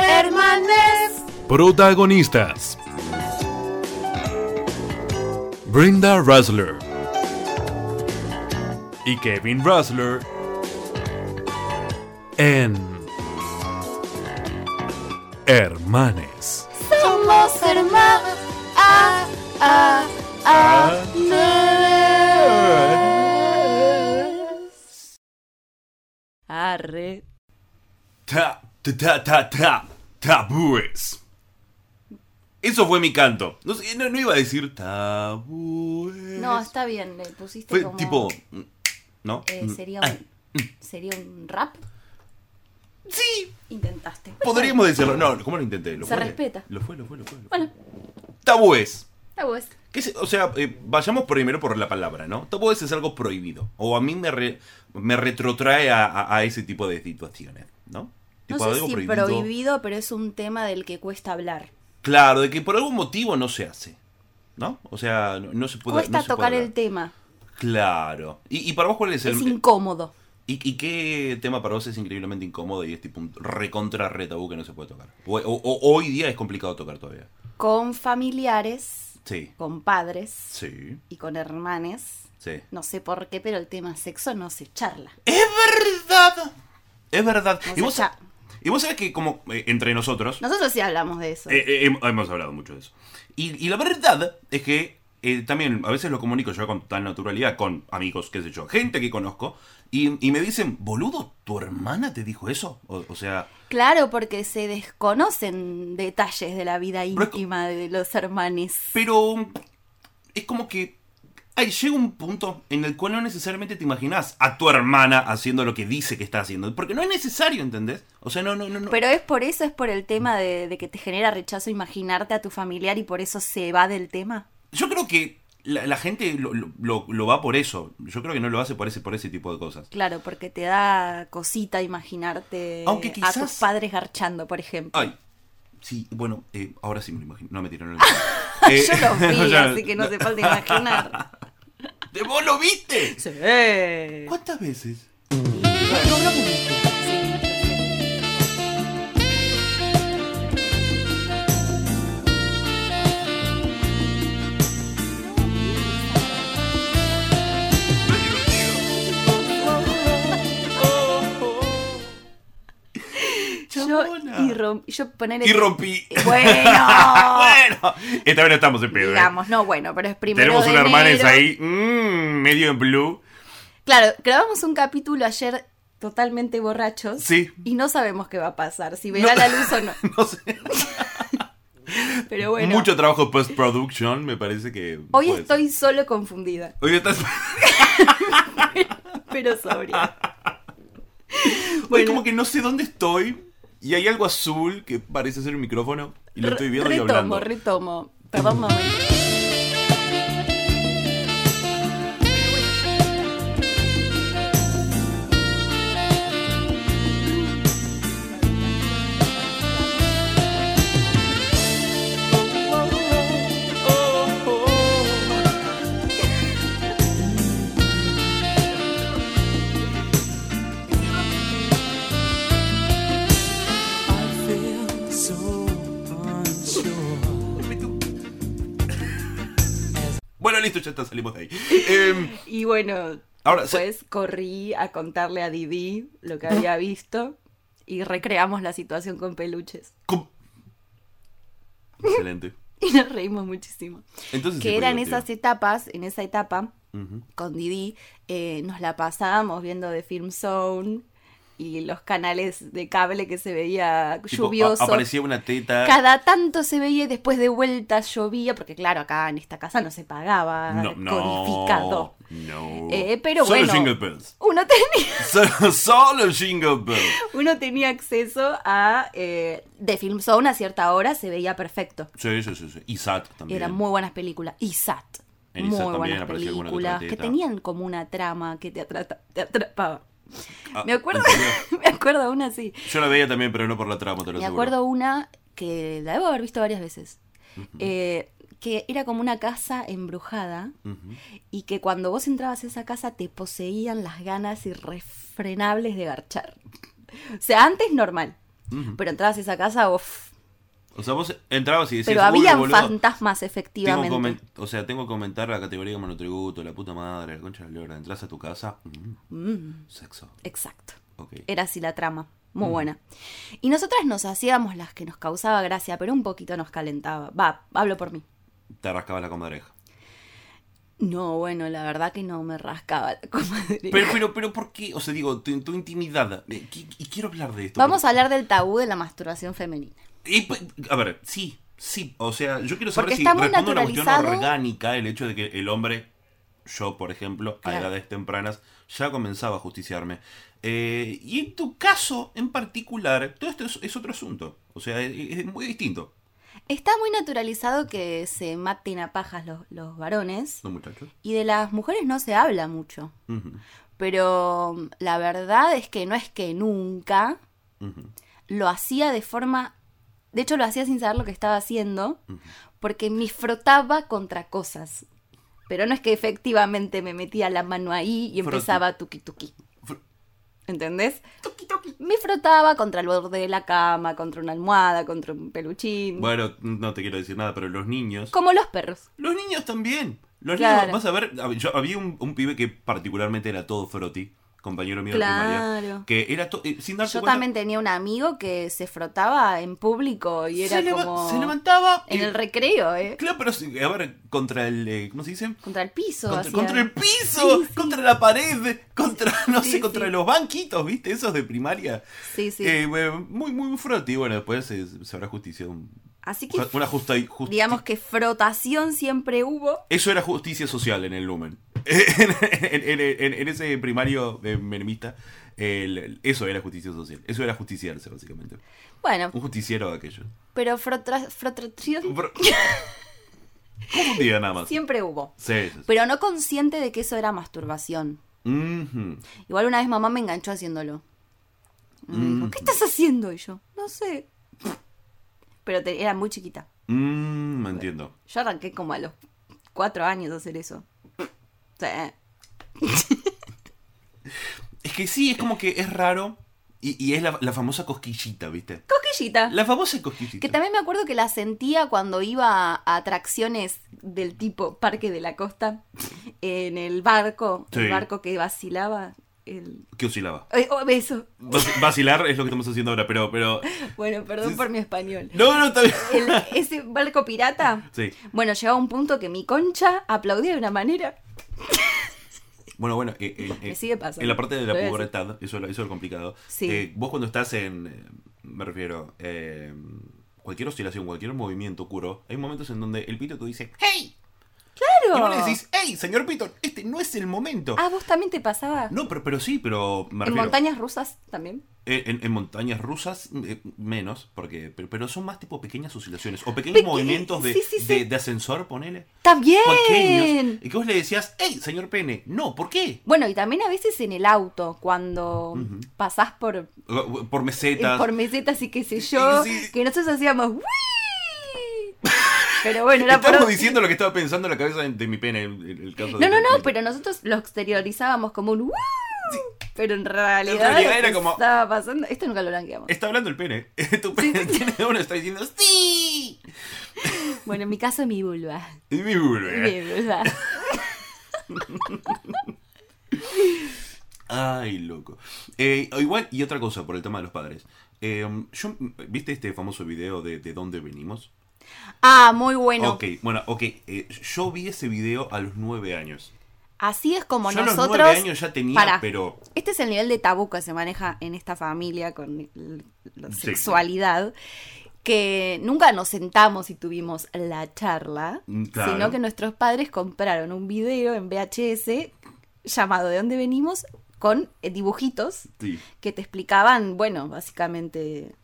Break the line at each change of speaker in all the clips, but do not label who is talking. Hermanes.
Protagonistas. Brenda Rassler y Kevin Rassler en Hermanes.
Somos hermanos. Ah, ah, ah. ah. Arre.
Ta, ta, ta, ta, ta, tabúes. Eso fue mi canto. No, sé, no, no iba a decir tabúes.
No, está bien, le pusiste
Fue
como...
tipo. ¿No?
eh, sería,
Ay, mm.
un, sería un rap.
sí,
Intentaste.
podríamos decirlo. No, ¿cómo lo intenté? Lo
Se
fue.
respeta.
Lo fue, lo fue, lo fue. lo fue.
Bueno,
Tabúes.
la voz.
¿Qué es- o sea, eh, vayamos primero por la palabra, ¿no? Tabúes es algo prohibido. O a mí me, re- me retrotrae a, a- a ese tipo de situaciones, ¿no?
No
Tipo,
sé
algo
si prohibido. prohibido, pero es un tema del que cuesta hablar.
Claro, de que por algún motivo no se hace, ¿no? O sea, no, no se puede.
cuesta
no se puede
tocar
hablar.
el tema.
Claro. ¿Y, y para vos cuál es el.
Es incómodo.
¿Y, y qué tema para vos es increíblemente incómodo y es tipo un recontra re tabú que no se puede tocar? O, o- o- hoy día es complicado tocar todavía.
Con familiares,
Sí.
con padres
Sí.
y con hermanes.
Sí.
No sé por qué, pero el tema sexo no se charla.
¡Es verdad! Es verdad.
No
Y
se
vos,
cha-
y vos sabés que, como eh, entre nosotros,
Nosotros sí hablamos de eso.
eh, eh, hem- hemos hablado mucho de eso. Y, y la verdad es que eh, también a veces lo comunico yo con tal naturalidad, con amigos, qué sé yo, gente que conozco, y, y me dicen, boludo, ¿tu hermana te dijo eso? O- o sea.
claro, porque se desconocen detalles de la vida
Pero es co-
íntima de los hermanes.
Pero es como que ay, llega un punto en el cual no necesariamente te imaginas a tu hermana haciendo lo que dice que está haciendo. Porque no es necesario, ¿entendés? O sea, no, no, no. no.
Pero es por eso, es por el tema de, de que te genera rechazo imaginarte a tu familiar y por eso se va del tema.
Yo creo que la, la gente lo, lo- lo- lo va por eso. Yo creo que no lo hace por ese, por ese tipo de cosas.
Claro, porque te da cosita imaginarte
Aunque quizás-
a tus padres garchando, por ejemplo.
Ay. Sí, bueno, eh, ahora sí me lo imagino. No, mentira, no lo imagino. Eh,
Yo lo vi,
o sea,
así que no hace falta imaginar.
¿de ¿Vos lo viste?
Sí. Sí,
¿Cuántas veces?
perfecto. Yo,
Chabona.
y rom- yo poner
Y rompí.
Bueno,
bueno, esta vez no estamos en pedo. eh.
digamos, no, bueno, pero es primero.
Tenemos
de
una hermana
enero.
ahí, mm, medio en blue.
Claro, grabamos un capítulo ayer totalmente borrachos.
Sí.
Y no sabemos qué va a pasar, si verá la luz o no.
No sé.
Pero bueno,
Mucho trabajo post-production, me parece que.
hoy
puede
estoy solo confundida,
ser. Hoy estás.
pero sobria.
Hoy
Bueno.
como que no sé dónde estoy y hay algo azul que parece ser un micrófono y lo estoy viendo
Re-
y
retomo,
hablando.
retomo. Perdón, mamá.
Bueno, listo, ya está, salimos de ahí. Eh,
Y bueno,
ahora, se-
después corrí a contarle a Didi lo que había visto y recreamos la situación con peluches.
com- Excelente.
Y nos reímos muchísimo.
Entonces, sí
que
fue
eran
divertido.
esas etapas, en esa etapa,
Ujú.
con Didi, eh, nos la pasábamos viendo de Film Zone y los canales de cable que se veía
Tipo, a-
lluvioso.
aparecía una teta.
Cada tanto se veía y después de vuelta llovía, porque claro, acá en esta casa no se pagaba
No, no.
codificado.
No.
Eh, pero
Solo
bueno.
Jingle Bells.
Uno tenía,
Solo, solo Jingle Bells.
uno tenía acceso a eh, de Film Zone a cierta hora, se veía perfecto.
Sí, sí, sí, sí. Y Sat también.
Eran muy buenas películas. Y SAT.
En
muy
Sat también
buenas
aparecía alguna que otra
películas que
teta.
tenían como una trama que te, atrata- te atrapaba.
Ah,
me acuerdo,
¿en serio?
me acuerdo una así.
Yo la veía también, pero no por la trama, te lo
Me
aseguro.
acuerdo una que la debo haber visto varias veces. eh, que era como una casa embrujada
Ujú.
y que cuando vos entrabas a esa casa te poseían las ganas irrefrenables de garchar. O sea, antes normal. Pero entrabas a esa casa, uff.
O sea, vos entrabas y decías.
Pero
"Uy,
habían
boludo,
fantasmas,
tengo
efectivamente.
comen- O sea, tengo que comentar la categoría de monotributo, la puta madre, la concha de la lora. Entras a tu casa. mm, Sexo.
Exacto.
Ok.
Era así la trama. Muy buena. Y nosotras nos hacíamos las que nos causaba gracia, pero un poquito nos calentaba. Va, hablo por mí.
Te rascabas la comadreja.
No, bueno, la verdad que no me rascaba la comadreja.
Pero, pero, pero, ¿por qué? O sea, digo, tu, tu intimidad. Eh, qui- Y quiero hablar de esto.
Vamos a hablar del tabú de la masturbación femenina.
Y, pues, a ver, sí, sí. O sea, yo quiero saber
Porque
si
está muy
responde a una cuestión
naturalizado.
orgánica el hecho de que el hombre, yo por ejemplo, a
Claro.
edades tempranas, ya comenzaba a justiciarme. Eh, y en tu caso en particular, todo esto es, es otro asunto. O sea, es, es muy distinto.
Está muy naturalizado que se maten a pajas los, los varones
¿No, muchachos?
y de las mujeres no se habla mucho.
Ujú,
Pero mm, la verdad es que no es que nunca
ujú,
lo hacía de forma... De hecho, lo hacía sin saber lo que estaba haciendo porque me frotaba contra cosas. Pero no es que efectivamente me metía la mano ahí y
Froti.
empezaba tuki tuki.
Fr-
¿Entendés? Me frotaba contra el borde de la cama, contra una almohada, contra un peluchín.
Bueno, no te quiero decir nada, pero los niños.
Como los perros.
Los niños también. Los
Claro.
niños, vas a ver, a ver, yo, había un, un pibe que particularmente era todo froti, compañero mío de
Claro.
primaria, que era todo, sin darse
Yo
cuenta,
también tenía un amigo que se frotaba en público y era
se, leva-
como
se levantaba
en
y-
el recreo, ¿eh?
Claro, pero sí, a ver, contra el. eh, ¿Cómo se dice?
Contra el piso.
Contra,
hacía.
contra el piso, contra la pared, contra, no
Sí,
sé, contra
sí.
los banquitos, ¿viste? Esos de primaria.
Sí, sí.
Eh, bueno, muy, muy froti. Bueno, después se, se habrá justicia. un-
Así que,
una justa, justi-
digamos que frotación siempre hubo.
Eso era justicia social en el Lumen. en, en- en- en ese primario eh, menemista, el- eso era justicia social. Eso era justiciarse, básicamente.
Bueno,
Un justiciero de aquello.
pero frotra- frotación
Pero- Un día nada más. Sí,
siempre hubo.
sí, sí.
Pero no consciente de que eso era masturbación.
Ujú.
Igual una vez mamá me enganchó haciéndolo. Y Me
Mm.
dijo, ¿qué estás haciendo? Y yo, no sé. Pero te- era muy chiquita.
Mm, entiendo.
Yo arranqué como a los cuatro años a hacer eso. eh, Sí.
Es que sí, es como que es raro. Y, y es la, la famosa cosquillita, ¿viste?
Cosquillita.
La famosa cosquillita.
Ah. Que también me acuerdo que la sentía cuando iba a atracciones del tipo Parque de la Costa, en el barco, el
Sí.
barco que vacilaba. El...
Que oscilaba.
Ay, oh, eso.
Vac- Vacilar es lo que estamos haciendo ahora, pero. pero...
Bueno, perdón por mi español.
No, no, está bien.
El- ese barco pirata.
Sí.
Bueno, llegaba un punto que mi concha aplaudía de una manera.
Bueno, bueno, eh, eh,
Me
eh,
sigue pasando.
en la parte de
Lo voy
la
a
pubertad, eso, es lo- eso es lo complicado.
Sí.
Eh, vos cuando estás en, eh, me refiero, eh, cualquier oscilación, cualquier movimiento curo, hay momentos en donde el pito te dice, ¡Hey! Y
¡Claro!
vos le decís, ¡Hey, señor pito! Este no es el momento.
Ah, ¿vos también te pasaba?
No, pero, pero sí, pero me
¿En
refiero.
montañas rusas también?
Eh, En, en montañas rusas, eh, menos, porque pero, pero son más tipo pequeñas oscilaciones o pequeños
Peque-
movimientos de,
sí, sí, sí.
de- de ascensor, ponele.
¡También!
Pequeños. Y que vos le decías, hey, señor pene, no, ¿por qué?
Bueno, y también a veces en el auto, cuando pasás por,
O- o- Por
eh,
mesetas.
por mesetas y qué sé yo,
Sí, sí.
que nosotros hacíamos "Wii". Pero bueno, era
Estamos
por...
diciendo lo que estaba pensando en la cabeza de, de mi pene, el, el caso de
No, no,
mi
no,
pene.
pero nosotros lo exteriorizábamos como un "Wii". Pero en realidad,
En realidad
lo
era
que
como-
estaba pasando... Esto nunca lo blanqueamos.
Está hablando el pene. tu pene tiene uno está diciendo, ¡sí!
Bueno, en mi caso, mi vulva.
Y mi bebé.
Mi vulva.
Ay, loco. Eh, igual, y otra cosa, por el tema de los padres. Eh, yo- ¿Viste este famoso video de, de dónde venimos?
Ah, muy bueno.
Ok, bueno, ok. eh, yo vi ese video a los nueve años.
Así es como
Yo a los
nosotros.
nueve años ya tenía,
Pará.
pero-
Este es el nivel de tabú que se maneja en esta familia con l- la
Sí.
sexualidad. Que nunca nos sentamos y tuvimos la charla,
Mm, claro.
sino que nuestros padres compraron un video en VHS llamado ¿De dónde venimos? con eh, dibujitos
Sí.
que te explicaban, bueno, básicamente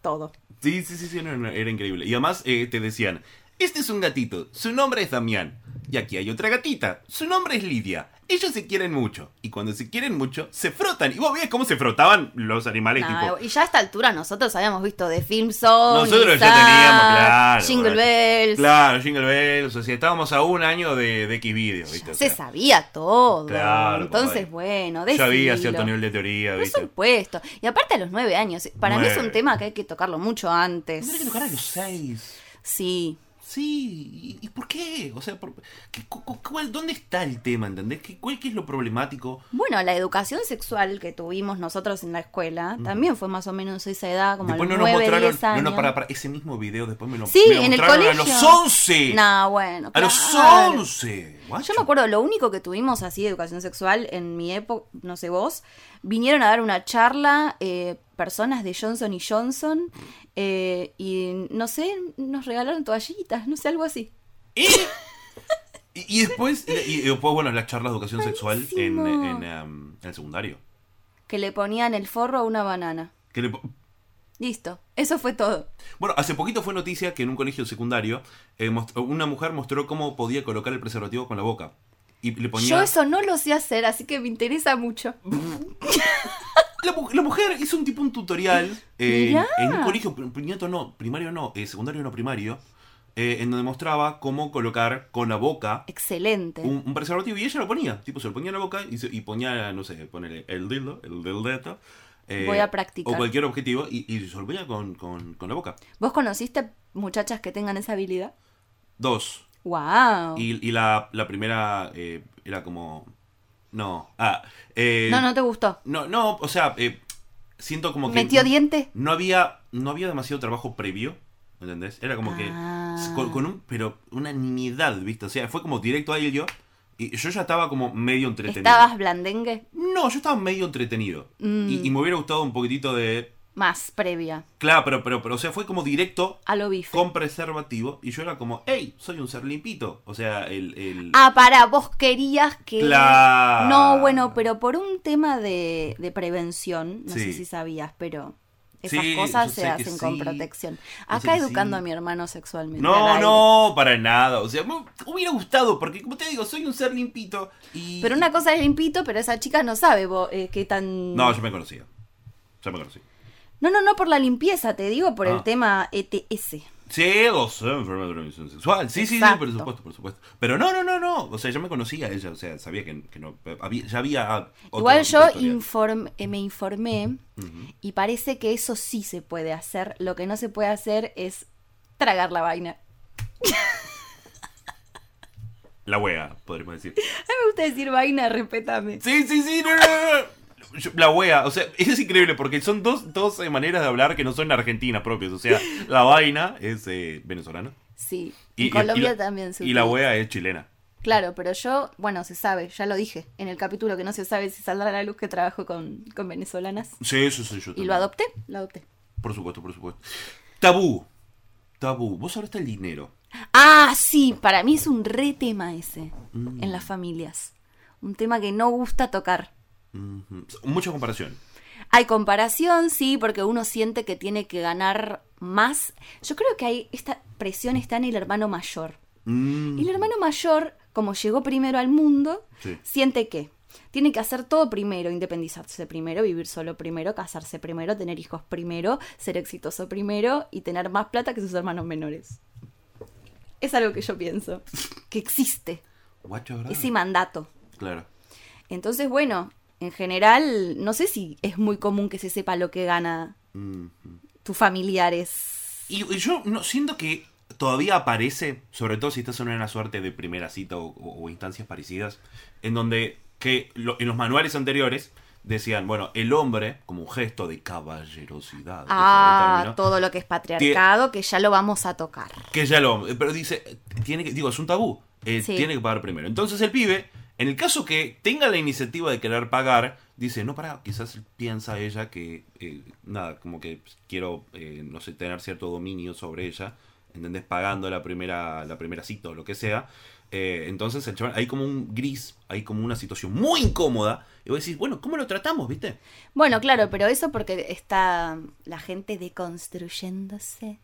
todo.
Sí, sí, sí, sí, no, no, era increíble. Y además eh, te decían, este es un gatito, su nombre es Damián. Y aquí hay otra gatita. Su nombre es Lidia. Ellos se quieren mucho. Y cuando se quieren mucho, se frotan. Y vos veías cómo se frotaban los animales.
Nah,
tipo,
y ya a esta altura nosotros habíamos visto de Film Song.
Nosotros ya
Lizard,
teníamos, claro.
Jingle
bueno.
Bells.
Claro, Jingle Bells. O sea, estábamos a un año de, de X video, ¿viste? O
Se
sea,
sabía todo.
Claro,
Entonces,
compadre.
bueno,
ya había
decilo.
cierto nivel de teoría,
Por
¿viste?
supuesto. Y aparte a los nueve años. Para mí es
Nueve.
un tema que hay que tocarlo mucho antes.
Tendría que tocar a los seis.
Sí.
Sí, ¿y, y por qué? O sea, por- ¿qué- cu- cu- cuál- ¿dónde está el tema, entendés? ¿Qué, ¿Cuál qué es lo problemático?
Bueno, la educación sexual que tuvimos nosotros en la escuela también fue más o menos esa edad, como
después
a
no
los
nos
nueve,
mostraron.
diez
No,
años.
no, para, para, ese mismo video después me lo,
Sí,
me lo
en el
mostraron a los
colegio.
11.
No, bueno.
a los
claro.
11. guacho.
Yo me acuerdo, lo único que tuvimos así de educación sexual en mi época, no sé vos, vinieron a dar una charla eh, personas de Johnson y Johnson eh, y no sé, nos regalaron toallitas, no sé, algo así.
¿Eh? Y, y después, y, y después, bueno, las charlas de educación sexual en,
Buenísimo.
en, em, en el secundario.
Que le ponían el forro a una banana.
Que le po-
Listo, eso fue todo.
Bueno, hace poquito fue noticia que en un colegio secundario eh, most- una mujer mostró cómo podía colocar el preservativo con la boca. Y le ponía.
Yo eso no lo sé hacer, así que me interesa mucho.
La, mu- la mujer hizo un tipo un tutorial eh,
Mirá.
en un colegio, pr- primario no, primario no, eh, secundario no primario, eh, en donde mostraba cómo colocar con la boca
Excelente.
un, un preservativo y ella lo ponía, tipo se lo ponía en la boca y, se- y ponía, no sé, ponele el dildo, el dildeto. eh,
Voy a practicar.
O cualquier objetivo y, y se lo ponía con, con- con la boca.
¿Vos conociste muchachas que tengan esa habilidad?
Dos.
¡Wow!
Y, y la, la primera eh, era como... No. Ah. eh,
no, no te gustó.
no, no, o sea, eh, siento como que...
¿Metió diente?
no había no había demasiado trabajo previo ¿entendés? era como que
Ah.
s- con, con un pero una nimiedad viste o sea fue como directo a ello y yo ya estaba como medio entretenido
¿Estabas blandengue?
no yo estaba medio entretenido
Mm.
y, y me hubiera gustado un poquitito de
Más previa.
claro pero pero pero o sea fue como directo
A lo bife.
con preservativo y yo era como hey soy un ser limpito o sea el, el-
Ah, para, vos querías que.
Claro.
No, bueno, pero por un tema de, de prevención, no
Sí.
sé si sabías, pero esas
Sí, yo
cosas se
sé que
hacen con
sí.
protección.
Yo
Acá
sé que
educando
sí.
a mi hermano sexualmente. al
no
aire.
no para nada o sea me hubiera gustado porque como te digo soy un ser limpito y
Pero una cosa es limpito, pero esa chica no sabe vos, eh, qué tan.
no yo me conocía yo me conocía
no, no, no por la limpieza, te digo, por
Ah.
el tema E ETS.
Sí, o sea, enfermedad de transmisión sexual. Sí, sí, sí,
Exacto.
por supuesto, por supuesto. Pero no, no, no, no. O sea, yo me conocía a ella, o sea, sabía que, que no. había- ya había. ah, otro
Igual yo
historial.
inform- eh, me informé y parece que eso sí se puede hacer. Lo que no se puede hacer es tragar la vaina.
La wea, podríamos decir.
A mí me gusta decir vaina, respétame.
Sí, sí, sí, no, no, no. Yo- La wea, o sea, es increíble porque son dos, dos eh, maneras de hablar que no son argentinas propias. O sea, la vaina es eh, venezolana.
Sí.
Y,
en Colombia
y la-
también se
Y la
utiliza.
wea es chilena.
Claro, pero yo, bueno, se sabe, ya lo dije, en el capítulo que no se sabe si saldrá a la luz que trabajo con, con venezolanas.
Sí, sí, sí, yo
Y
también.
lo adopté, lo adopté.
Por supuesto, por supuesto. Tabú. Tabú. Vos hablaste del dinero.
Ah, sí, para mí es un re tema ese en las familias. Un tema que no gusta tocar.
Ujú. Mucha comparación.
Hay comparación, sí, porque uno siente que tiene que ganar más. Yo creo que hay esta presión está en el hermano mayor.
Mm.
Y el hermano mayor, como llegó primero al mundo,
Sí.
siente que tiene que hacer todo primero, independizarse primero, vivir solo primero, casarse primero, tener hijos primero, ser exitoso primero y tener más plata que sus hermanos menores. Es algo que yo pienso, que existe
Guacho, ¿verdad?
ese mandato.
Claro.
Entonces, bueno, en general, no sé si es muy común que se sepa lo que gana tus familiares.
Y, y yo no, siento que todavía aparece, sobre todo si estás en una suerte de primera cita o, o- o instancias parecidas, en donde que lo- en los manuales anteriores decían, bueno, el hombre, como un gesto de caballerosidad, que
Ah,
se da el término,
todo lo que es patriarcado, que ya lo vamos a tocar.
que ya lo... Pero dice, tiene que, digo, es un tabú, eh,
Sí.
tiene que pagar primero. Entonces el pibe, en el caso que tenga la iniciativa de querer pagar, dice, no, para, quizás piensa ella que, eh, nada, como que quiero, eh, no sé, tener cierto dominio sobre ella, ¿entendés? Pagando la primera, la primera cita o lo que sea. Eh, entonces el chaval, hay como un gris, hay como una situación muy incómoda. Y vos decís, bueno, ¿cómo lo tratamos, viste?
Bueno, claro, pero eso porque está la gente deconstruyéndose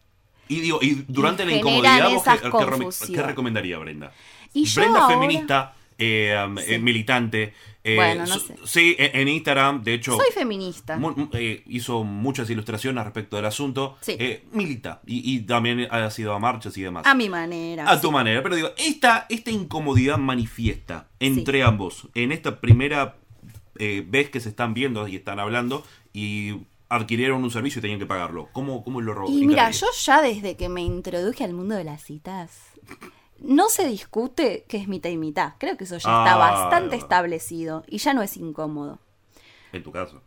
Y digo, y durante
Y
la
generan
incomodidad, vos,
esas
¿qué, qué re-
confusión.
qué recomendaría Brenda?
Y yo
Brenda
ahora-
feminista, eh, um, eh,
Sí.
militante. eh,
Bueno, no
su-
sé.
Sí, en en Instagram, de hecho.
Soy feminista.
mu- mu- eh, hizo muchas ilustraciones respecto del asunto.
Sí.
Eh, milita. Y, y también ha sido a marchas y demás.
A mi manera.
A tu manera, pero digo, esta, esta incomodidad manifiesta entre ambos en esta primera eh, vez que se están viendo y están hablando y adquirieron un servicio y tenían que pagarlo. ¿Cómo, cómo lo robaron?
Y mira, yo ya desde que me introduje al mundo de las citas, no se discute que es mitad y mitad. Creo que eso ya está
Ah,
bastante
ahí va.
establecido y ya no es incómodo.
En tu caso.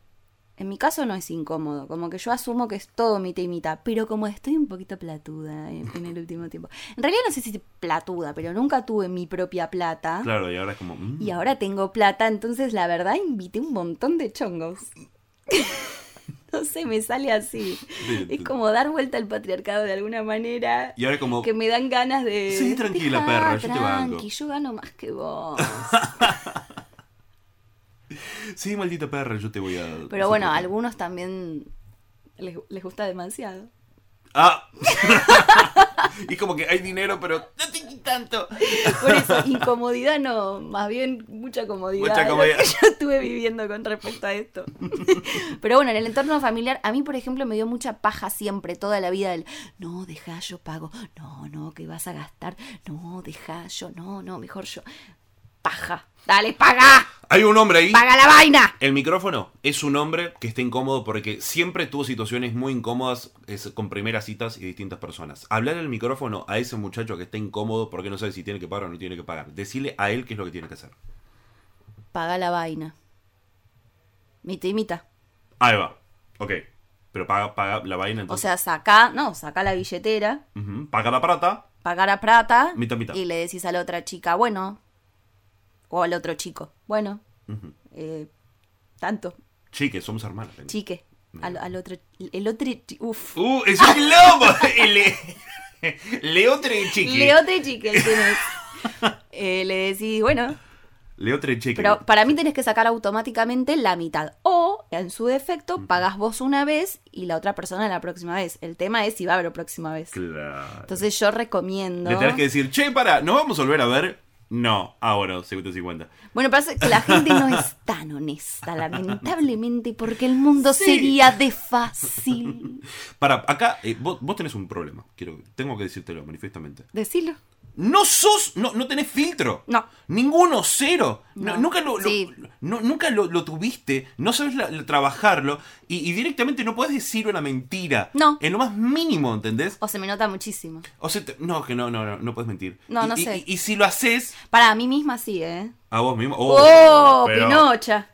En mi caso no es incómodo, como que yo asumo que es todo mitad y mitad, pero como estoy un poquito platuda en, en el último tiempo. En realidad no sé si platuda, pero nunca tuve mi propia plata.
Claro, y ahora es como... mm,
Y ahora tengo plata, entonces la verdad invité un montón de chongos. no sé, me sale así.
Bien.
Es como dar vuelta al patriarcado de alguna manera.
Y ahora es como...
Que me dan ganas de.
Sí, tranquila,
Dejá,
perra, yo te banco".
tranqui, yo gano más que vos.
Sí, maldita perra, yo te voy a...
Pero bueno, a
soportar".
algunos también les, les gusta demasiado.
Ah. y como que hay dinero, pero... No te tanto.
Por eso, incomodidad no, más bien mucha comodidad.
Mucha
de lo
comodidad.
que yo estuve viviendo con respecto a esto. Pero bueno, en el entorno familiar, a mí, por ejemplo, me dio mucha paja siempre, toda la vida, el no, deja, yo pago, no, no, que vas a gastar, no, deja, yo, no, no, mejor yo. Paja, dale, paga,
Hay un hombre ahí.
paga la vaina.
El micrófono es un hombre que está incómodo porque siempre tuvo situaciones muy incómodas es, con primeras citas y distintas personas. Hablar al micrófono a ese muchacho que está incómodo porque no sabe si tiene que pagar o no tiene que pagar. Decirle a él qué es lo que tiene que hacer.
Paga la vaina. Mita y mita.
Ahí va. Ok. Pero paga, paga la vaina
O
entonces.
sea, saca, no, saca la billetera,
Ujú. Paga la plata.
pagar a plata
Mitad, mitad.
y le decís a la otra chica, bueno, o al otro chico, bueno,
Ujú.
eh, tanto,
Chique, somos hermanas.
chique, al, al otro, el otro, chi- uf,
Uh, es un globo. Le... Leotre chique.
le otro chique tenés. Eh, le decís, bueno,
Leotre chique.
pero para mí tenés que sacar automáticamente la mitad. O, en su defecto, pagás vos una vez y la otra persona la próxima vez. El tema es si va a haber próxima vez.
Claro.
Entonces yo recomiendo...
Le tenés que decir, che, para, ¿nos vamos a volver a ver? No, ahora, 50-50.
Bueno, parece que la gente no es tan honesta, lamentablemente, porque el mundo
Sí.
sería de fácil.
Para, acá, eh, vos, vos tenés un problema. Quiero, tengo que decírtelo manifiestamente.
Decilo.
No sos, no, no tenés filtro.
No.
Ninguno, cero. No,
No.
nunca lo, lo-
Sí.
no- nunca lo, lo tuviste. No sabes la- la- trabajarlo. Y, y directamente no puedes decir una mentira.
No.
En lo más mínimo, ¿entendés?
O se me nota muchísimo.
O sea, te- no, que no, no, no, no puedes mentir.
No,
Y-
no
y-
sé.
Y, y si lo haces
Para mí misma sí, ¿eh?
a vos mismo.
¡Oh,
pero-
Pinocha!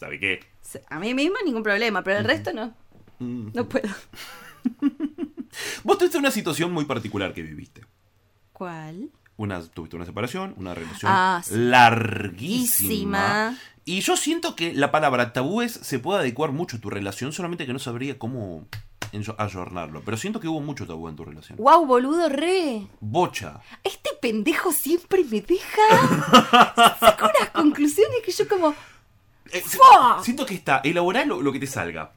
¿Sabe qué?
Se- A mí misma ningún problema, pero el
Mm.
resto no. No puedo.
Vos tuviste una situación muy particular que viviste.
¿Cuál?
una, tuviste una separación, una relación
Ah, sí.
larguísima.
Guísima.
Y yo siento que la palabra tabúes se puede adecuar mucho a tu relación, solamente que no sabría cómo enso- ayornarlo. Pero siento que hubo mucho tabú en tu relación.
¡Wow, boludo, re!
Bocha.
Este pendejo siempre me deja. Saca unas conclusiones que yo como.
Eh, si-
Fua.
siento que está, elaborá lo, lo que te salga.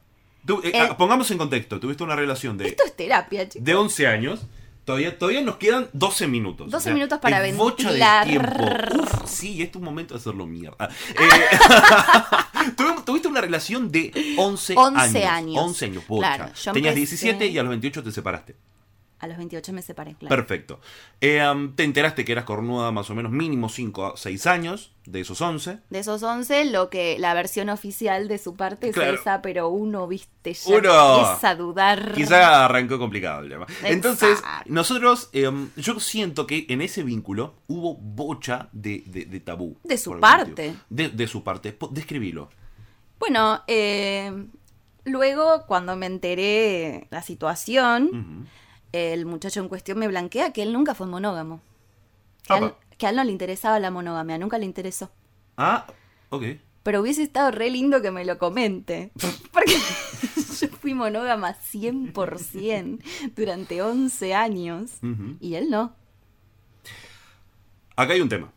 Tu- eh,
Eh.
ah, pongamos en contexto, tuviste una relación de,
Esto es terapia, chicos.
de 11 años. Todavía, todavía nos quedan 12 minutos.
12 minutos para
es bocha de
ventilar.
tiempo. Uf, sí, este es un momento de hacerlo mierda. Eh, tuvi- tuviste una relación de 11,
11
años.
años.
11 años, bocha.
Claro, yo
Tenías
empecé-
17 y a los 28 te separaste.
A los 28 me separé, claro.
Perfecto. Eh, um, te enteraste que eras cornuda más o menos mínimo 5 a 6 años de esos 11.
De esos 11, lo que la versión oficial de su parte
Claro.
es esa, pero uno, viste, ya
Uno.
empieza a dudar.
Quizá arrancó complicado el tema. Entonces,
Exacto.
nosotros, em, yo siento que en ese vínculo hubo bocha de, de- de tabú.
De su
por algún
parte.
motivo. De, de su parte. Po- Describilo.
Bueno, eh, luego cuando me enteré la situación,
Ujú.
el muchacho en cuestión me blanquea que él nunca fue monógamo. Que, a él,
Apa.
que a él no le interesaba la monogamia, nunca le interesó.
Ah, ok.
Pero hubiese estado re lindo que me lo comente. Porque yo fui monógama 100% durante 11 años
Ujú.
y él no.
Acá hay un tema.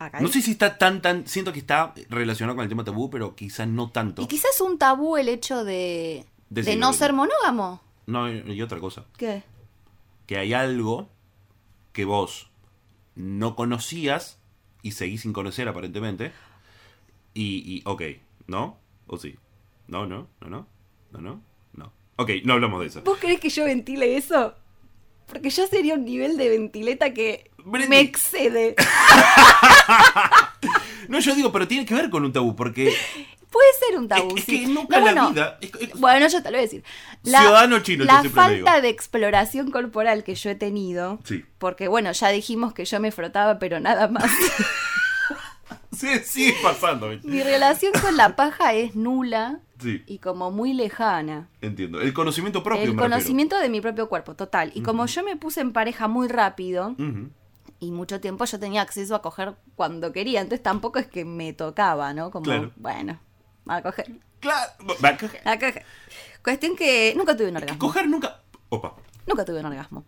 Acá
No sé si está tan, tan. Siento que está relacionado con el tema tabú, pero quizás no tanto.
Y quizás es un tabú el hecho de, de
Decilo,
no
Brenda.
ser monógamo.
No, y y otra cosa.
¿Qué?
que hay algo que vos no conocías y seguís sin conocer aparentemente. Y, y ok, ¿no? ¿O sí? No, no, no, no, no, no, no. Ok, no hablamos de eso.
¿Vos crees que yo ventile eso? Porque ya sería un nivel de ventileta que
Brendi.
me excede.
No, yo digo, pero tiene que ver con un tabú, porque
Puede ser un tabú.
es, es
sí.
que nunca
No,
la
bueno,
vida... es- es-
Bueno, yo te lo voy a decir.
Ciudadano chino, yo
La
siempre lo digo.
falta de exploración corporal que yo he tenido.
Sí.
Porque bueno, ya dijimos que yo me frotaba, pero nada más.
sí, sigue pasando.
Mi relación con la paja es nula
Sí,
y como muy lejana.
entiendo. El conocimiento propio,
El
me refiero.
conocimiento de mi propio cuerpo, total. Y como yo me puse en pareja muy rápido
Ujú.
y mucho tiempo, yo tenía acceso a coger cuando quería. Entonces tampoco es que me tocaba, ¿no? Como,
Claro.
bueno, a coger.
Claro, va, coger-
A coger. Cuestión que nunca tuve un orgasmo.
coger nunca... Opa.
Nunca tuve un orgasmo.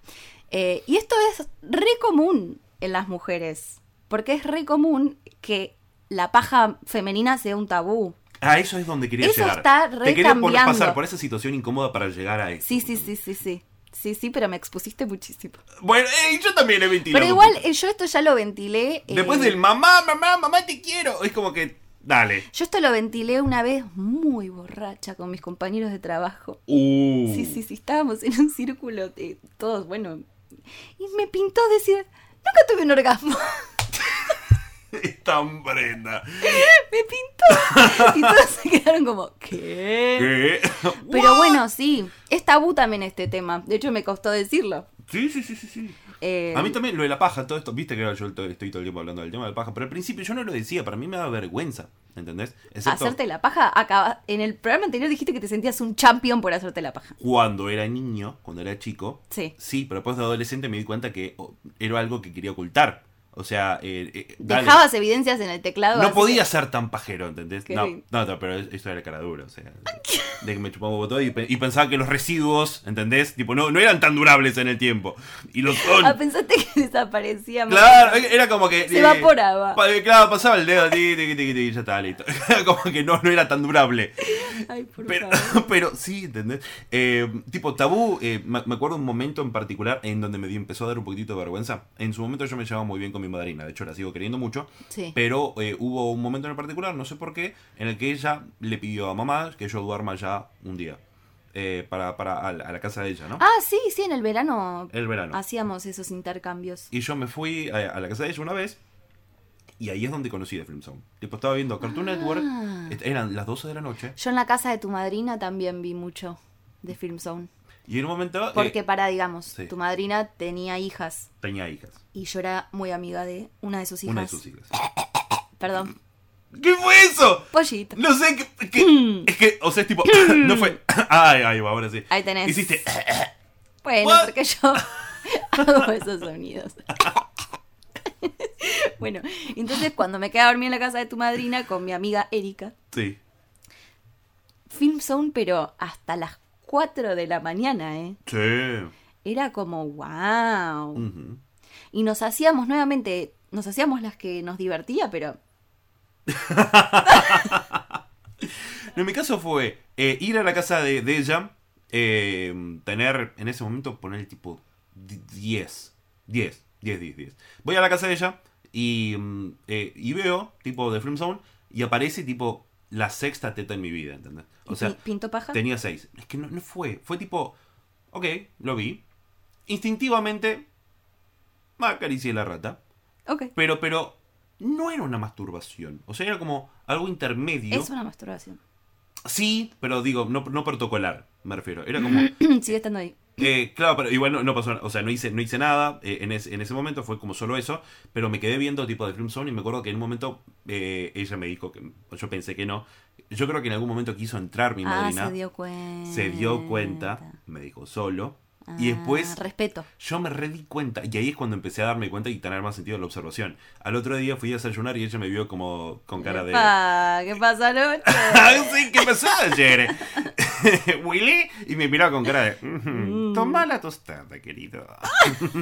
Eh, y esto es re común en las mujeres, porque es re común que la paja femenina sea un tabú.
Ah, eso es donde quería
Eso
llegar.
está
Te quería pon-
recambiando.
pasar por esa situación incómoda para llegar a eso.
Sí, sí, sí, sí, sí. Sí, sí, pero me expusiste muchísimo.
Bueno, eh, yo también he ventilado.
Pero igual,
mucho.
eh, yo esto ya lo ventilé. eh,
Después del mamá, mamá, mamá, te quiero. Es como que, dale.
Yo esto lo ventilé una vez muy borracha con mis compañeros de trabajo.
Uh.
Sí, sí, sí, estábamos en un círculo, eh, todos, bueno. Y me pintó decir, nunca tuve un orgasmo.
Es tan Brenda.
me pintó. Y todos se quedaron como, ¿qué?
¿Qué?
Pero bueno, sí, es tabú también este tema. De hecho, me costó decirlo.
Sí, sí, sí, sí, sí.
Eh,
A mí también lo de la paja, todo esto, viste que ahora yo to- estoy todo el tiempo hablando del tema de la paja, pero al principio yo no lo decía, para mí me daba vergüenza, ¿entendés? Excepto
hacerte la paja, acaba... en el programa anterior dijiste que te sentías un champion por hacerte la paja.
cuando era niño, cuando era chico.
Sí.
Sí, pero después de adolescente me di cuenta que oh, era algo que quería ocultar. O sea, eh, eh, dale.
Dejabas evidencias en el teclado. así
No
que-
podía ser tan pajero, ¿entendés?
Qué
No,
lindo.
no, no, pero esto era cara dura, o sea. De que me chupaba un botón y, pe- y pensaba que los residuos, ¿entendés? Tipo, no, no eran tan durables en el tiempo. Y los son.
Ah, pensaste que desaparecía. más.
Claro, e, era como que. eh,
Se evaporaba.
pa- claro, pasaba el dedo, ti, ti, ti, ti, ya está, listo. Era como que no, no era tan durable.
Ay, por
Pero,
favor.
pero sí, ¿entendés? Eh, tipo, tabú, eh, me me acuerdo un momento en particular en donde me dio- empezó a dar un poquitito de vergüenza. En su momento yo me llevaba muy bien con mi madrina, de hecho la sigo queriendo mucho.
Sí.
Pero eh, hubo un momento en particular, no sé por qué, en el que ella le pidió a mamá que yo duerma ya un día. eh, para, para a, la, a la casa de ella, ¿no?
Ah, sí, sí, en el verano
el verano.
hacíamos esos intercambios.
Y yo me fui a, a la casa de ella una vez. Y ahí es donde conocí de Film Zone. Tipo, estaba viendo Cartoon
Ah.
Network. est- Eran las 12 de la noche.
Yo en la casa de tu madrina también vi mucho de Film Zone.
Y en un momento eh,
Porque para, digamos,
sí.
tu madrina tenía hijas
tenía hijas.
y yo era muy amiga de una de sus hijas.
Una de sus hijas.
Perdón.
¿Qué fue eso?
Pollito.
No sé qué. qué- es que, o sea, es tipo. no fue. ay, ay, va, ahora sí.
Ahí tenés.
Hiciste.
Bueno,
What?
porque yo hago esos sonidos. bueno, entonces cuando me quedaba dormida en la casa de tu madrina con mi amiga Erika,
sí.
Film Zone, pero hasta las 4 de la mañana, ¿eh?
Sí.
Era como, wow.
Ujú.
Y nos hacíamos nuevamente, nos hacíamos las que nos divertía, pero
No, en mi caso fue eh, ir a la casa de, de ella, eh, tener en ese momento, poner tipo di- 10, 10, 10, 10, 10. Voy a la casa de ella y, mm, eh, y veo, tipo, de Film Zone, y aparece, tipo, la sexta teta en mi vida, ¿entendés? O sea,
¿y pinto paja.
tenía 6. Es que no, no fue, fue tipo, ok, lo vi. Instintivamente, acaricié la rata,
Ok.
pero, pero, no era una masturbación. O sea, era como algo intermedio.
Es una masturbación.
Sí, pero digo, no, no protocolar, me refiero. Era como.
Sigue estando ahí.
eh, claro, pero igual no, no pasó nada. O sea, no hice, no hice nada eh, en, ese- en ese momento, fue como solo eso. Pero me quedé viendo tipo de Film Zone y me acuerdo que en un momento eh, ella me dijo que. Yo pensé que no. Yo creo que en algún momento quiso entrar mi
ah,
madrina.
se dio cuenta.
se dio cuenta, me dijo solo. y
Ah,
después
Respeto.
yo me re di cuenta, y ahí es cuando empecé a darme cuenta y tener más sentido la observación. Al otro día fui a desayunar y ella me vio como con cara de.
Epa, ¿Qué pasa, Lucho?
Ah, sí, ¿qué pasó ayer? Willy, y me miraba con cara de, "Mm, toma la tostada, querido.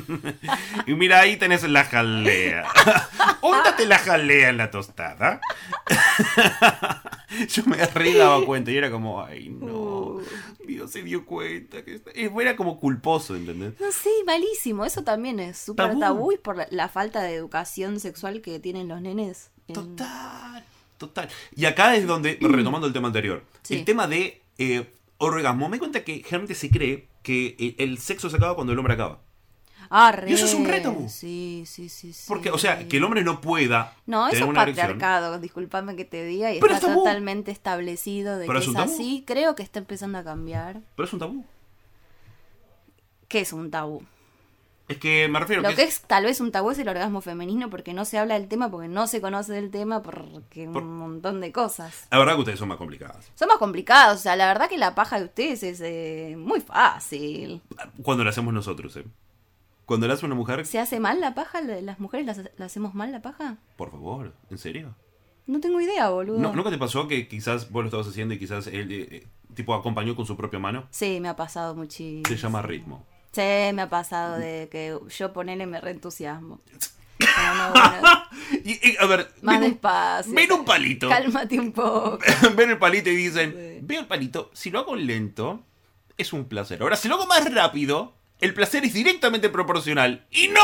y mira, ahí tenés la jalea. Úntate la jalea en la tostada. Yo me re daba cuenta y era como, ay, no.
Uh.
Dios se dio cuenta. que está-". Era como culposo, ¿entendés?
No sé, malísimo. Eso también es súper
Tabú.
tabú. y por la, la falta de educación sexual que tienen los nenes. en-
Total, total. Y acá es donde, retomando el tema anterior,
Mm. Sí.
el tema de eh, orgasmo, me di cuenta que generalmente se cree que el, el sexo se acaba cuando el hombre acaba.
Ah, re.
Y eso es un re tabú.
Sí, sí, sí. sí.
Porque, o sea, que el hombre no pueda
No,
tener
eso es
una erección.
patriarcado, discúlpame que te diga, y
Pero
está
es tabú.
totalmente establecido de
Pero
que
es
es,
un tabú.
así. Creo que está empezando a cambiar.
Pero es un tabú.
¿Qué es un tabú?
Es que me refiero
Lo
que,
que es tal vez un tabú es el orgasmo femenino porque no se habla del tema, porque no se conoce del tema, porque
Por-
un montón de cosas.
La verdad que ustedes son más complicadas.
Son más complicados, o sea, la verdad que la paja de ustedes es eh, muy fácil.
Cuando lo hacemos nosotros, ¿eh? Cuando lo hace una mujer,
¿Se hace mal la paja? ¿La- ¿Las mujeres las, la hacemos mal la paja?
por favor, ¿en serio?
No tengo idea, boludo.
¿No- ¿Nunca te pasó que quizás vos lo estabas haciendo y quizás él, eh, eh, tipo, acompañó con su propia mano?
Sí, me ha pasado muchísimo.
Se llama ritmo.
Sí, me ha pasado de que yo ponele me reentusiasmo. Pero no, bueno,
Y, y, a ver,
más
ven un-
despacio.
ven un palito.
Cálmate un poco.
ven el palito y dicen,
Sí.
veo el palito, si lo hago lento, es un placer. Ahora, si lo hago más rápido, el placer es directamente proporcional. ¡Y no!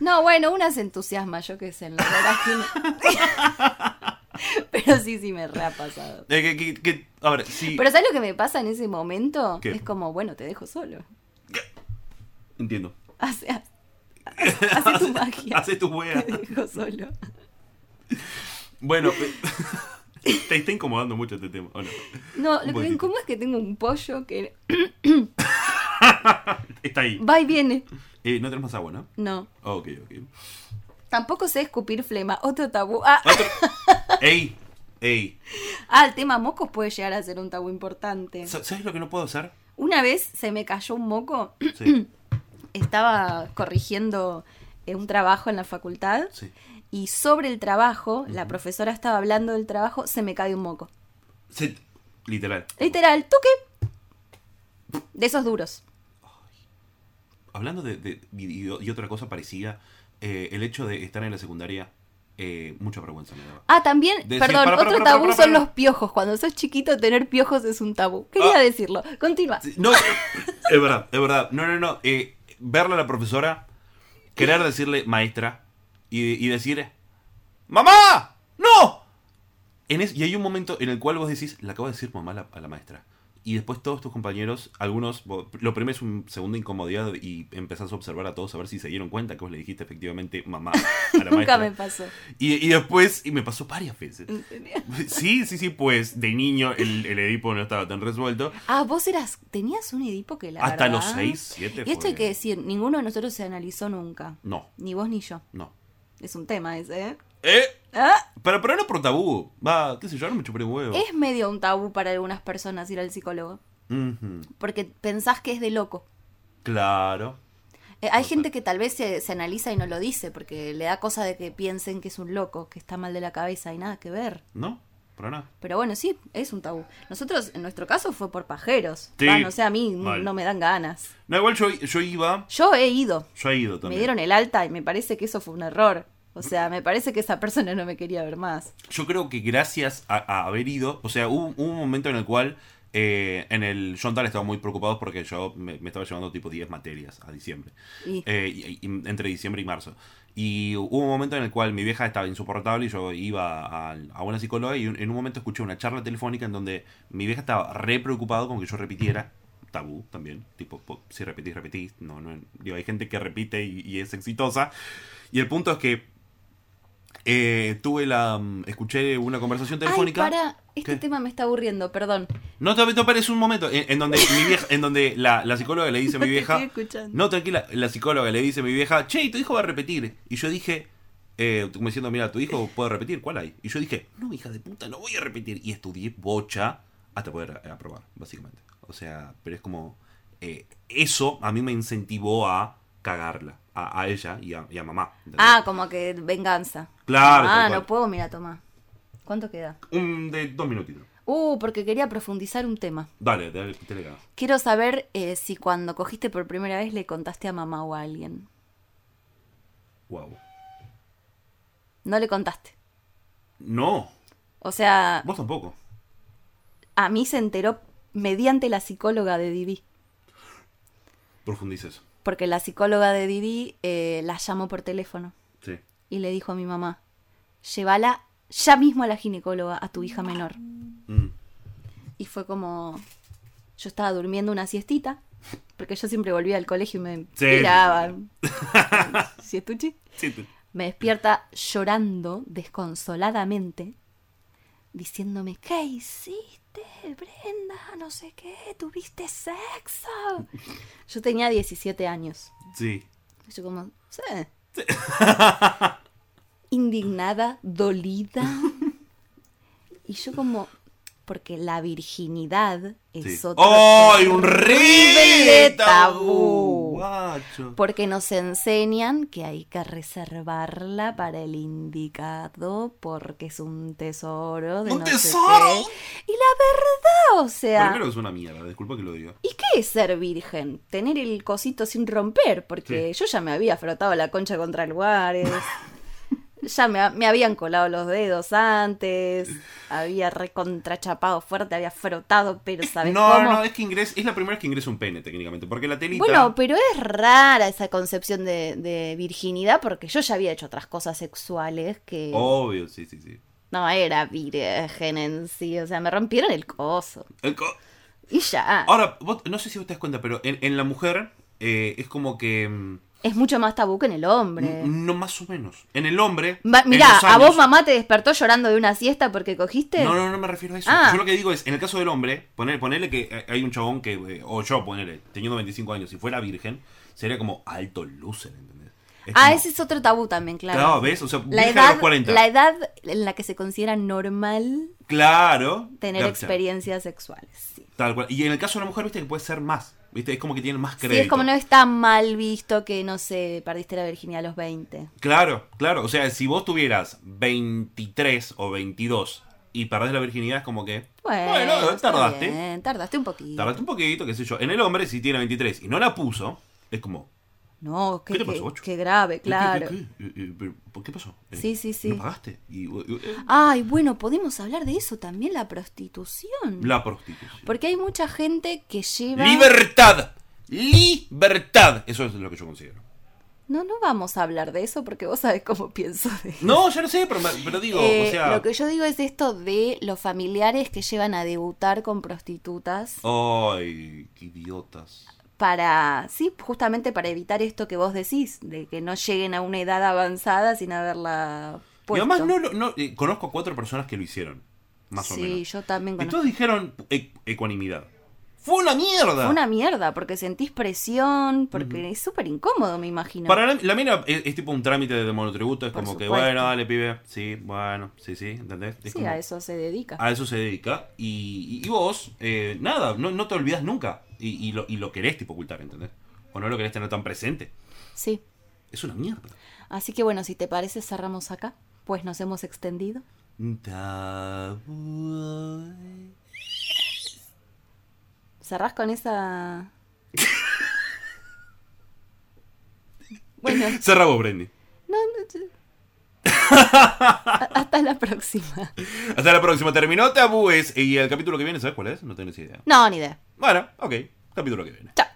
No, bueno, una se entusiasma, yo qué sé, en la verdad que no. Pero sí, sí, me re ha pasado.
Eh, que- que- que- a ver, sí.
Pero ¿sabes lo que me pasa en ese momento?
¿Qué?
Es como, bueno, te dejo solo.
Entiendo.
Hace, hace tu magia.
Haces tu wea.
Te dejo solo.
Bueno, eh, te está incomodando mucho este tema. ¿o no?
No,
Un
lo que me
poquitito.
incomoda es que tengo un pollo que
Está ahí.
va y viene.
Eh, no tenés más agua, ¿no?
No.
Ah, ok, ok.
Tampoco sé escupir flema. Otro tabú. Ah,
Otro- ¡Ey! ¡Ey!
ah, el tema mocos puede llegar a ser un tabú importante.
¿Sa- ¿Sabes lo que no puedo hacer?
Una vez se me cayó un moco.
Sí.
Estaba corrigiendo eh, un trabajo en la facultad.
sí.
Y sobre el trabajo, la profesora estaba hablando del trabajo, se me cae un moco.
Se- Literal.
Literal, toque. De esos duros.
Hablando de, de- y, y- y otra cosa parecida, eh, el hecho de estar en la secundaria, eh, mucha vergüenza me daba.
Ah, también,
Decí-
perdón,
para, para,
otro
para,
tabú
para, para.
son los piojos. Cuando sos chiquito, tener piojos es un tabú. Quería
Ah.
decirlo. Continúa.
Sí, No, es verdad, es verdad. No, no, no. eh, verla a la profesora, querer decirle maestra y, y decir, ¡Mamá! ¡No! En es- y hay un momento en el cual vos decís, le acabo de decir mamá a la, a la maestra. Y después todos tus compañeros, algunos, vos- lo primero es un segundo incomodidad y empezás a observar a todos a ver si se dieron cuenta que vos le dijiste efectivamente mamá a la maestra.
Nunca me pasó.
Y, y después, y me pasó varias veces.
¿En serio?
Sí, sí, sí, pues de niño el, el Edipo no estaba tan resuelto.
Ah, vos eras, tenías un Edipo que la
Hasta
verdad-
los 6, 7
Y esto hay que decir, ninguno de nosotros se analizó nunca.
No,
Ni vos ni yo.
no.
Es un tema ese, ¿eh?
¿Eh?
Ah,
Pero, pero no por tabú. Va, qué sé yo, no me chupé un huevo.
Es medio un tabú para algunas personas ir al psicólogo.
Ujú,
Porque pensás que es de loco.
Claro.
Eh, hay
Total.
gente que tal vez se, se analiza y no lo dice porque le da cosa de que piensen que es un loco, que está mal de la cabeza y nada que ver.
¿No? Para nada.
Pero bueno, sí, es un tabú. Nosotros, en nuestro caso, fue por pajeros.
Sí.
Va, no sé, a mí
Mal.
no me dan ganas.
No, igual yo, yo iba.
Yo he ido,
Yo he ido
me
también.
dieron el alta y me parece que eso fue un error. O sea, me parece que esa persona no me quería ver más.
Yo creo que gracias a, a haber ido, o sea, hubo, hubo un momento en el cual eh, en el John Tal estaba muy preocupado porque yo me, me estaba llevando tipo 10 materias a diciembre.
Y-
Eh, y- y- entre diciembre y marzo. Y hubo un momento en el cual mi vieja estaba insoportable y yo iba a, a una psicóloga y un- en un momento escuché una charla telefónica en donde mi vieja estaba re preocupado con que yo repitiera. Tabú también, tipo, po- si repetís, repetís. No, no, digo, hay gente que repite y, y es exitosa. Y el punto es que eh, tuve la. mm, Escuché una conversación
Ay,
telefónica.
para, este
¿Qué?
tema me está aburriendo, perdón.
No, te no pares un momento. En, en donde, mi vieja, en donde la, la psicóloga le dice a mi
No te
vieja.
estoy escuchando.
No, tranquila. La psicóloga le dice a mi vieja, che, y tu hijo va a repetir. Y yo dije, eh, como diciendo, mira, tu hijo puede repetir, ¿cuál hay? Y yo dije, no, hija de puta, no voy a repetir. Y estudié bocha hasta poder eh, aprobar, básicamente. O sea, pero es como. eh, eso a mí me incentivó a cagarla. A, a ella y a, y a mamá. ¿entendés?
Ah, como que venganza.
Claro,
Ah,
tal cual.
no puedo, mira, toma. ¿Cuánto queda?
Un de dos minutitos.
Uh, porque quería profundizar un tema.
Dale, dale, dale ganas.
Quiero saber eh, si cuando cogiste por primera vez le contaste a mamá o a alguien.
Wow.
No le contaste.
No,
O sea,
vos tampoco.
a mí se enteró mediante la psicóloga de Didi.
Profundices.
Porque la psicóloga de Didi eh, la llamó por teléfono
Sí.
y le dijo a mi mamá, llévala ya mismo a la ginecóloga, a tu hija menor.
Mm.
Y fue como, yo estaba durmiendo una siestita, porque yo siempre volvía al colegio y me
Sí.
tiraban. Siestuchi.
Sí, te-
Me despierta llorando desconsoladamente, diciéndome, ¿qué hiciste, Brenda? No sé qué, tuviste sexo. Yo tenía 17 años.
sí.
Y Yo como, sí. Indignada, dolida. Y yo como, porque la virginidad es
sí.
otra
¡Ay, un
horrible
re tabú! Guacho.
Porque nos enseñan que hay que reservarla para el indicado, porque es un tesoro de
¡Un
no sé
tesoro!
qué. Y la verdad, o sea...
Primero que es una mierda, disculpa que lo diga.
¿Y qué es ser virgen? Tener el cosito sin romper, porque yo ya me había frotado la concha contra lugares, ya me, ha- me habían colado los dedos antes, había recontrachapado fuerte, había frotado, pero ¿sabes
No,
cómo?
no, es que ingresa, es la primera vez que ingresa un pene técnicamente, porque la telita...
Bueno, pero es rara esa concepción de, de virginidad, porque yo ya había hecho otras cosas sexuales que
Obvio, sí, sí, sí.
no era virgen en sí, o sea, me rompieron el coso.
El co-
Y ya,
Ahora, vos- no sé si vos te das cuenta, pero en, en la mujer eh, es como que... mm,
es mucho más tabú que en el hombre.
No, más o menos. En el hombre...
Ma-
en
mirá,
los
a vos
años-
mamá te despertó llorando de una siesta porque cogiste.
No, no, no me refiero a eso.
Ah.
Yo lo que digo es, en el caso del hombre, poner, ponerle que eh, hay un chabón que, eh, o yo, ponerle, teniendo 25 años, si fuera virgen, sería como alto loser, ¿entendés? Es
ah,
como-
ese es otro tabú también, claro.
Claro, ¿ves? O sea,
la
virgen a
edad,
los 40.
la edad en la que se considera normal
Claro.
tener
Gotcha.
experiencias sexuales. Sí.
Tal cual. Y en el caso de la mujer, viste que puede ser más. Viste, es como que tienen más
Sí,
crédito.
es como no está mal visto que, no sé, perdiste la virginidad a los 20.
Claro, claro. O sea, si vos tuvieras 23 o 22 y perdés la virginidad, es como que.
Bueno, está
tardaste.
bien, tardaste un poquito.
Tardaste un poquito, qué sé yo. En el hombre, si tiene 23 y no la puso, es como.
No, qué,
¿Qué te
qué-
pasó, Bocho?
qué grave,
¿qué-
claro.
¿Qué, qué, qué? Eh, eh, pero, ¿por qué pasó? Eh,
Sí, sí, sí.
¿No pagaste? Y, eh, eh,
Ay, bueno, podemos hablar de eso también, la prostitución.
la prostitución.
Porque hay mucha gente que lleva...
¡Libertad! ¡Libertad! Eso es lo que yo considero.
No, no vamos a hablar de eso porque vos sabés cómo pienso de
No, ya lo sé, pero, me- pero digo,
Eh,
o sea.
Lo que yo digo es esto de los familiares que llevan a debutar con prostitutas
Oh. Ay, qué idiotas.
para, sí, justamente para evitar esto que vos decís, de que no lleguen a una edad avanzada sin haberla puesto.
Y además no, lo- no, eh, conozco a cuatro personas que lo hicieron, más o
Sí,
menos.
yo también
Y
conozco.
todos dijeron e- ecuanimidad. ¡Fue una mierda!
Una mierda, porque sentís presión, porque es súper incómodo, me imagino.
Para la, la mina es, es tipo un trámite de monotributo, es
Por
como que,
supuesto.
bueno, dale, pibe, sí, bueno, sí, sí, ¿entendés? Es
sí,
como- Ah.
a eso se dedica.
a eso se dedica. Y, y- y vos, eh, nada, no, no te olvidas nunca. Y, y lo, y lo querés tipo ocultar, ¿entendés? O no lo querés tener tan presente.
Sí.
Es una mierda.
Así que bueno, si te parece, cerramos acá, pues nos hemos extendido.
Tabú.
¿Cerrás con esa...? bueno,
Cerra vos, Brendy.
no, no, yo- A- Hasta la próxima.
Hasta la próxima. Terminó Tabúes. Y el capítulo que viene, ¿sabes cuál es? No tenés idea.
No, ni idea.
Bueno, ok. Capítulo que viene.
Chao.